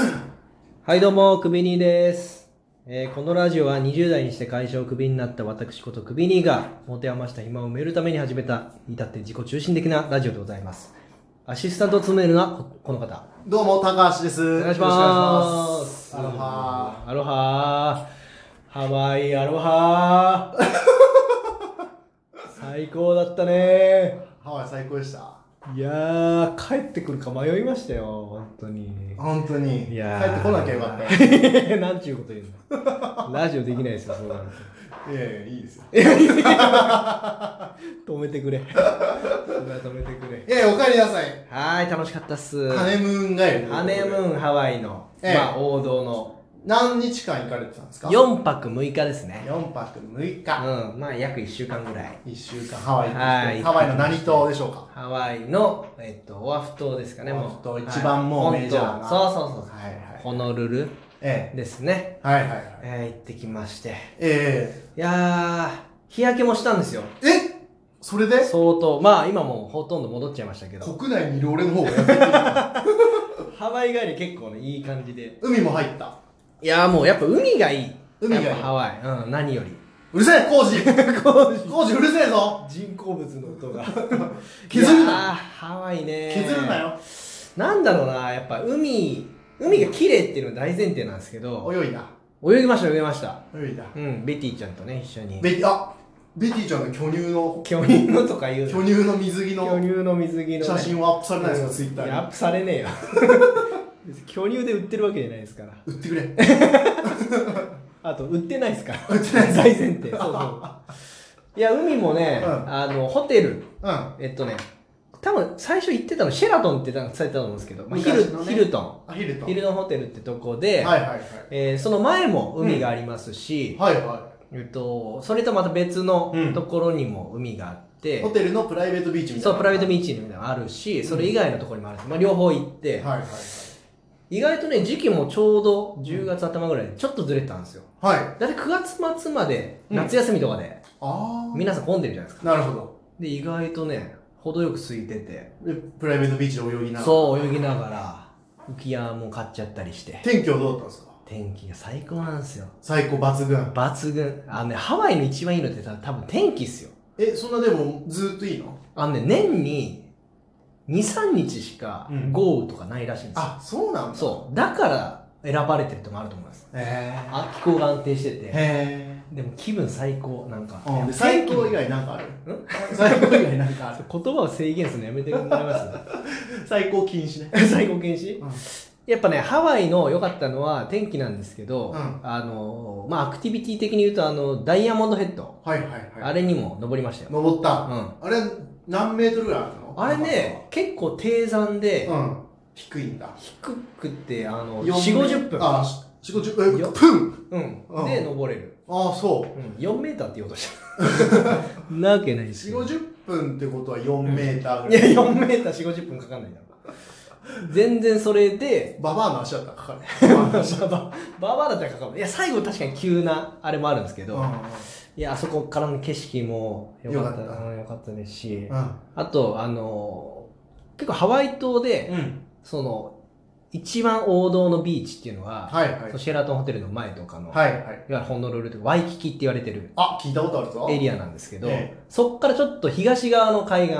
はいどうも、クビニーです。えーこのラジオは20代にして会社をクビになった私ことクビニーが持て余した暇を埋めるために始めた、至って自己中心的なラジオでございます。アシスタントを務めるのはここの方。どうも、高橋です。おお願いします。アロハアロハー。ハワイアロハー。最高だったね。ー。ハワイ最高でした。いやー、帰ってくるか迷いましたよ、本当に。本当に。い帰やーってこなきゃよかった。いなんちゅうこと言うん だ。ラジオできないです よ、そうなると。や いや、いいですよ。止めてくれ。それは止めてくれ。いやいや、お帰りなさい。はーい、楽しかったっす。ハネムーン帰り。ハネムーンハワイの、ええまあ、王道の何日間行かれてたんですか4泊6日ですね。 4泊6う日。ん、まあ、約1週間ぐらい。 1週間ハワイ行ってはいハワイの何島でしょうかハワイの、えっと、オアフ島ですかね、もう。オアフ島一番もうはいメジャーな本島そうそうそう。はいはいホノルルえですね。え。はいはいはい。えー、行ってきまして。えいやー、日焼けもしたんですよ。え。えそれで相当。まあ、今もうほとんど戻っちゃいましたけど。国内にいる俺の方がやってるなハワイ帰り結構ね、いい感じで。 海も入った。いやーもうやっぱ海がいい。海がいいやっぱハワイ。うん、何より。うるせえ、コージ。コージうるせえぞ。人工物の音 が。削るないやーハワイね。削るな。よ。なんだろうな、やっぱ海、海が綺麗っていうのが大前提なんですけど、泳いだ。泳ぎました、泳ぎました。泳いだ。うん、ベティちゃんとね、一緒に。ベティ、あベティちゃんの巨乳の、巨乳のとか言うの巨乳の水着巨の乳の水着の、ね。写真はアップされないですか、ツイッタいやアーッに。プされねえよ。 別に巨乳で売ってるわけじゃないですから。売ってくれ。あと、売ってないですから。売ってない大前 提。そうそう。いや、海もね、うんあの、ホテル、うん。えっとね、多分最初行ってたの、シェラトンってなんか伝えてたと思うんですけど、まあヒ昔ルのねヒルトアヒルン。と。ヒルトンホテルってとこで、はいはいはい。えーその前も海がありますし、はいはえっと、それとまた別のうんところにも海があって、い。ホテルのプライベートビーチみたいそな。う、プライベートビーチみたいなのがあるし、それ以外のところにもあるんです。まあ、両方行って、はいはい意外とね、時期もちょうど10月頭ぐらいでちょっとずれてたんですよ。はい。はい。だって9月末まで夏休みとかで、あ皆さん混んでるじゃないですか。あ。なるほど。で、意外とね、程よく空いてて、でプライベートビーチで泳ぎながら。そう、泳ぎながら、浮き輪も買っちゃったりして。天気はどうだったんですか天気が最高なんですよ最高抜群。抜群あのねハワイの一番いいのってた多分天気っすよえ、そんなでも、ずーっといいのあのね年に23日しかうん豪雨とかないらしいんですよ、あ、そうなんだ。そうだから選ばれてるってのもあると思いますへあ気候が安定してえ。てへでも気分最高なんかえ。うん。で最高以天外なんかあるん最高以外なんかある気言葉を制限するのやめてもらいま最高禁止ね。す 最高禁止うんやっぱねハワイの良かったのは天気なんですけど、うんあのまあアクティビティ的に言うとあのダイヤモンドヘッド、はいはいはい。あれにも登りましたよ、登った、うんあれ何メートルぐらいあるのあれね、結構低山で、うん低いんだ低くて、あの、四4、50分。あ4 5 0よえ分うんう。んで、登れる。ああそううん。4メーターって言おうと した。なわけないです4よ。 5 0分ってことは4メーターいぐらや、い、 4メーター4、50分かかんないだろ。全然それ で、ババアの足だったらかかるババアのバ足バババアだったらかかる。いや、最後確かに急な、あれもあるんですけど、ういや、あそこからの景色も良かった。良かったうん良かったですし、んうんあと、あの、結構ハワイ島で、うんその、一番王道のビーチっていうのは、はいはいそのシェラトンホテルの前とかの、い、はいはいわゆるホノルルとか、ワイキキって言われてるあ聞いたことあるぞエリアなんですけど、えそっからちょっと東側の海岸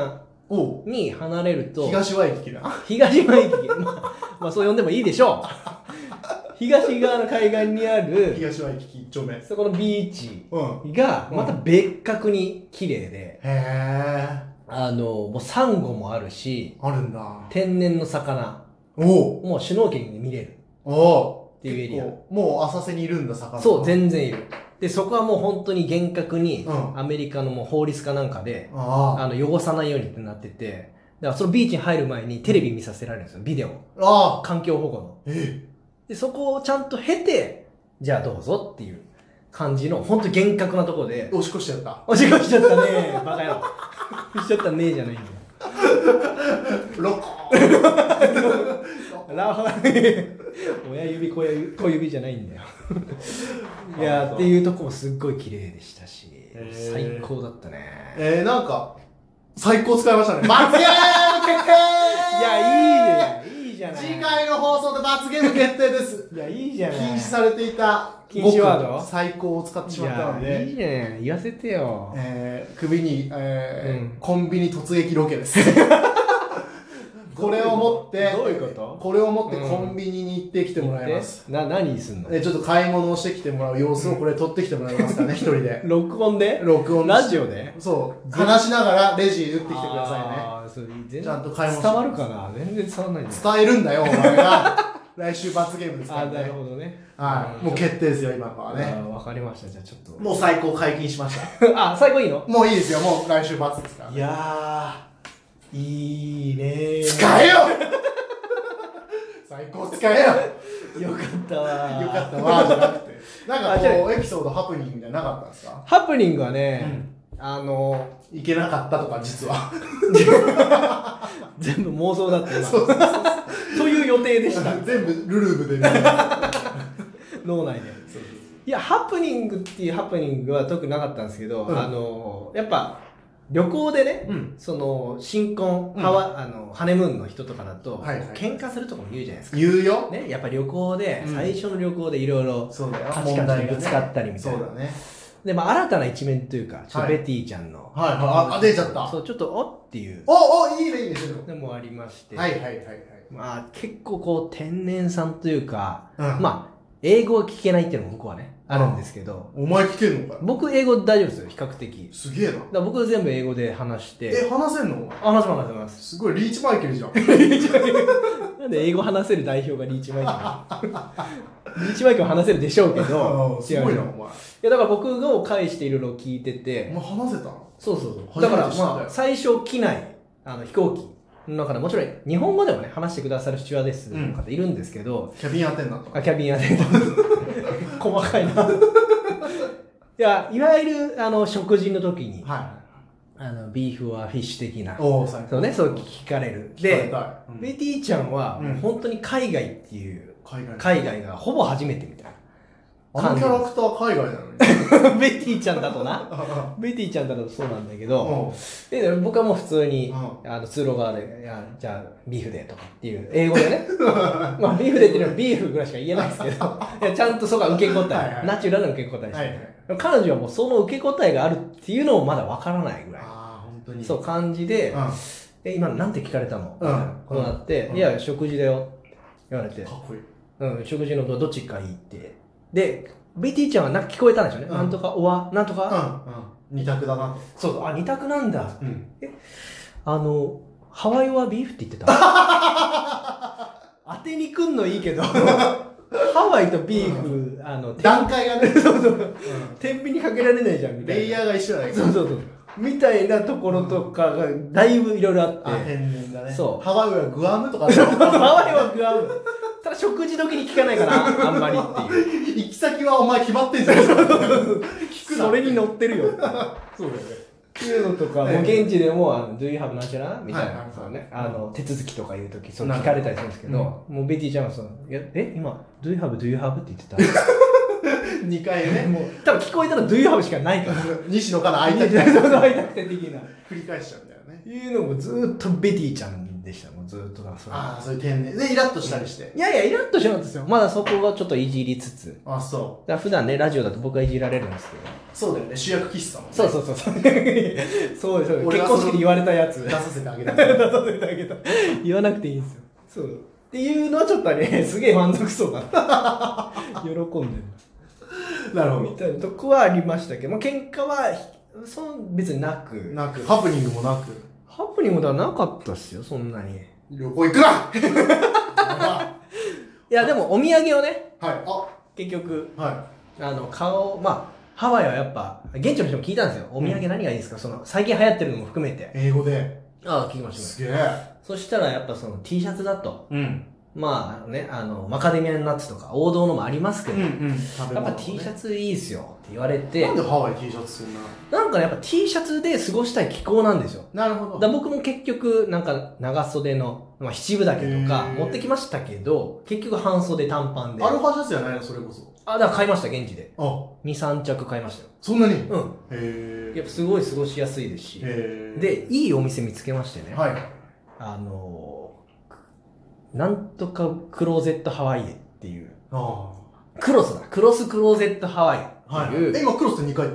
おうに離れると、東は駅だ東ワイキキ、まあ、まあそう呼んでもいいでしょ う。東側の海岸にある、東は駅1丁目そこのビーチうんが、また別格に綺麗で、へえあの、もうサンゴもあるし、あるんだ天然の魚、おうもうシュノーケリングで見れるおうっていうエリア。結構もう浅瀬にいるんだ魚そう、全然いる。で、そこはもう本当に厳格に、うんアメリカのもう法律かなんかで、あああの、汚さないようにってなってて、だからそのビーチに入る前にテレビ見させられるんですよ、ビデオ。ああ環境保護の。えで、そこをちゃんと経て、じゃあどうぞっていう感じの、本当厳格なところで、おしっこしちゃったおしっこしちゃったねバカ野郎。しちゃったねじゃないんだよ。ロコラー親指、小指小指じゃないんだよ。いや、っていうとこもすっごい綺麗でしたし、へ最ー高だったね。えー、なんか、最高使いましたね。松屋いーや、いいね。いいじじゃない。次回の放送で罰ゲーム決定です。いや、いいじゃない。禁止されていた禁止ワード語句最高を使ってしまったのいやいいで、じゃない。言わせてよ。えー、首に、えーうんコンビニ突撃ロ ケです。これを持って、どういうことこれを持ってうんコンビニに行ってきてもらいます。な、何すんのえちょっと買い物をしてきてもらう様子をこれ撮ってきてもらえますかね、一人で。録音で録音ラジオでオそう。話しながらレジ打ってきてくださあーそう全然ちゃんと買い物し伝わるかな全然伝わらないんだよいね。伝えるんだよ、お前が。 来週罰ゲームですあからーなるね。ほどねはい。もう決定ですよ、今のあはね。ーわかりましたじゃあちょっともう最高解禁しました。あ最後いいのもういいですよ、もう来週罰ですから。やーいいねー使えよ最高使えよよかったわーよかったわ、じゃなくて。なんあかじゃこう、エピソードハプニングみたいなのなかったんですかハプニングはね、あのいけなかったとか、実は。ー全部妄想だった今という予定でした全部ルルーブで見てます 脳内でいやハプニングっていうハプニングは特になかったんですけど、うんあのーやっぱ旅行でね、うんその新婚、うんハワあのハネムーンの人とかだと、はいはい喧嘩するとかも言うじゃないですか、言うよ。ね、やっぱ旅行で、うん最初の旅行でいろいろそうだよカチカチぶつかったりみたいな、そうだね。で、まあ、新たな一面というかちょっはといベティちゃんの、はいはい。あ、あ出ちゃった。そうちょっとおっていうお、お、いいね、いいね、ちょのっもありまして、とはいはいはいはい。まあ、結構こう天然さんというか、うんまあ英語は聞けないっていうのも僕はねあるんですけど、お前聞けんのかよ。僕英語大丈夫ですよ比較的すげえなだ。から僕全部英語で話してえ、話せんのお前。あ話します話しますすごいリーチマイケルじゃん。なんで英語話せる代表がリーチマイケ ルリーチマイケルも話せるでしょうけどすごいな、違うおい前。やだから僕を介していろいろ聞いてて、お前話せたのそうそうそう。初だめから、て知ったよまあ、最初、機内、あの飛行機の中で、もちろん、日本語でもね、話してくださるシチュアーデスの方いるんですけど、キャビンアテンダント。あキャビンアテンダント 細かいな。いや、いわゆる、あの、食事の時に、は。、あの、ビーフはフィッシュ的ないおお、最そうね、そう聞かれる。で、で、ベティちゃんは、うん本当に海外っていう、海外。海外がほぼ初めてみたいあなの感キじ。ャラクター海外なのに。 ベティちゃんだとな。ベティちゃんだとそうなんだけど、で僕はもう普通に、うあの通路側でいや「じゃあビーフで」とかっていう英語で ねまあビーフでっていうのはビーフぐらいしか言えないですけどいやちゃんとそこは受け答えはいはいナチュラルな受け答えして、はいはい彼女はもうその受け答えがあるっていうのをまだわからないぐらいああ、本当に。そう感じでうん。 「え今のなんて聞かれたの?」うんこうなってう「んいや食事だよ」って言われてかっこいい。 「うん食事のどどっちがいい?」ってで BT ちゃんはなんか聞こえたんでしょうね、うんなんとかおわなんとうか、ん。うん。二択だな。そうそうあ二択なんだうん。あの、ハワイはビーフって言ってた 当てにくんのいいけど、 ハワイとビーフ、あの、て段階が ね。そうそう。天秤にかけられないじゃん、みたいな。レイヤーが一緒じゃないそうそうそう。みたいなところとかが、だいぶいろいろああ、って。天然だね。そうハワイはグアムとか ハワイはグアム。ただ食事時に聞かないから、あんまりって いう。行き先はお前決まってんじゃん。聞くなそれに乗ってるよ。そうだよね。っていうのとか、もう現地でも、あの、do you have natural? みたいはいはいは、ないそうね、あの、手続きとか言うとき、そうなる聞ほどかれたりするんですけど、もうベティちゃんはその、いやえ、今、do you have, do you have? って言ってた。二回ね。 もう、多分聞こえたら do you have しかない から。西野から会いた会くいたなくて、会い繰いたくて的な。り返しちゃうんだよね。いうのもずーっとベティちゃんでした、もうずーっとだからそれああ、そういう天然。で、イラッとしたりして。いやいや、イラッとしなかったですよ。まだそこはちょっといじりつつ。だかあ、そう。ら普段ね、ラジオだと僕はいじられるんですけど。そうだよね、主役喫茶も、ね。そうそうそう そう。そうですそうです。俺結はそ婚の式で言われたやつ出。させてあげた。言わなくていいんですよそうっていうのはちょっとね すげえ満足そうだな 喜んでる なるほみたいなとこはありましたけど、まあ、喧嘩はそん別になくど。なく、ハプニングもなく、ハプニングではなかったっすよそんなにい旅行行くなはやでもお土産をねい、あ、結局はあの顔まあハワイはやっぱ現地の人も聞いたんですよお土産何がいいですか、その最近流行ってるのも含めいて。英語で。ああ聞きましたすげえ。そしたらやっぱその T シャツだとうん。まあねあのマカデミアンナッツとか王道のもありますけうど、んうん。食べやっ物、ね。ぱ T シャツいいっすよって言われてなんでハワイ T シャツすんな。なんかねやっぱ T シャツで過ごしたい気候なんですよなるほだから僕も結局なんか長袖の、まあ、七分丈とかへー持ってきましたけど結局半袖短パンでアルファシャツじゃないの、それこそ。あだから買いました現地であ、 23着買いましたそんなにへようえん。やっぱすごい過ごしやすいですしへえ。でいいお店見つけましてね、はい。あのーなんとかクローゼットハワイエっていう、あクロスだ、クロスクローゼットハワイエあ。はってい。え、いう、今クロスって2回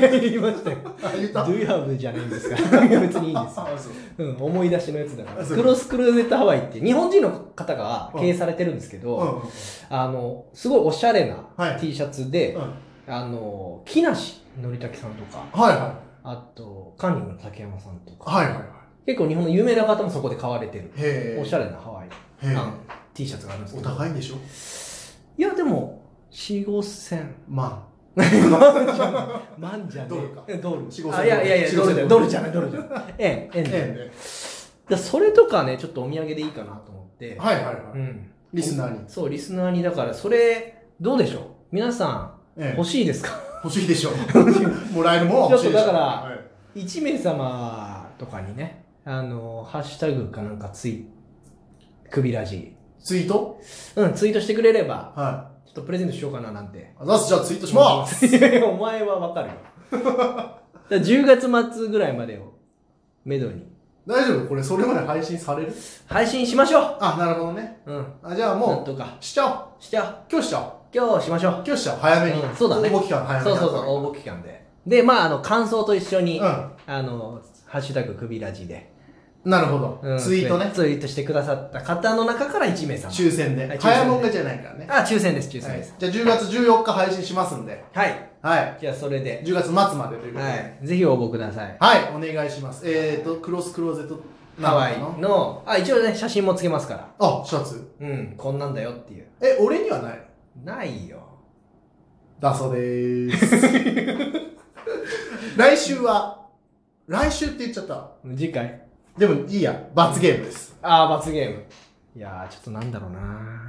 言っ 言いましたよ。たあ、言ったドゥハブじゃないんです か別にいいんですよあ、そう。うん、思い出しのやつだから。あそうクロスクローゼットハワイって日本人の方が経営されてるんですけうん。うど、んあの、すごいおしゃれなはい T シャツで、はいあの、木梨憲武さんとか、はあと、カンニングの竹山さんとい。か、はいは結構日本の有名な方もそこで買われてる、い。へえ。おしゃれなハワイへえあ。の T シャツがあるんですおけど。高いんでしょいや、でも、四五千。 ま万じゃねえ。ドルかえドル。 4-5千あいやいやいや、 4-5ド千ルだよ。ドルじゃない、ドルじゃない。円、円あ。だよ。えだそれとかね、ちょっとお土産でいいかなと思って。え。はいはいはうい。ん。リスナーに。そう、リスナーに、だから、それ、どうでしょう皆さん、ええ欲。しいですか欲しいでしょ。もらえるもんは欲しいでしょ。ちょっとだからはい 一名様とかにね、あの、ハッシュタグかなんかつい、くびらじ。ツイートうん、ツイートしてくれれば、はちょっとプレゼントしようかななんて。い。あざっす、じゃあツイートしますすいやいや、 お前はわかるよ。 だから10月末ぐらいまでを、めどに。大丈夫これ、それまで配信される配信しましょあ、なるほどね。ううん。あ、じゃあなんもとか。う、しちゃしちゃおう。今日しちゃおう。う。今日しましょう。今日しちゃおう。早めに。うんそうだね応募期間早めにそやうそうそった方がいい。う、応募期間で。で、まあ、あの、感想と一緒に、うあの、ハッシュタグくびらじで、ん。なるほど。うんツイートね。ツイートしてくださった方の中から1名様。抽選はい抽で。選で早いもんがじゃないからね。あ、抽選です、抽は選いです。。じゃあ10月14日配信しますんで。はい。はい。じゃあ、それで、 10月末までということで。はい。ぜひ応募ください。はい。お願いします。えーと、クロスクローゼットハワなのイの、あ、一応ね、写真もつけますから。あ、シャツ。うん、こんなんだよっていう。え、俺にはない。ないよ。だそうでー す。来週は、来週って言っちゃった。次回。でもいいや、罰ゲームです。あー、罰ゲーム。いやー、ちょっとなんだろうな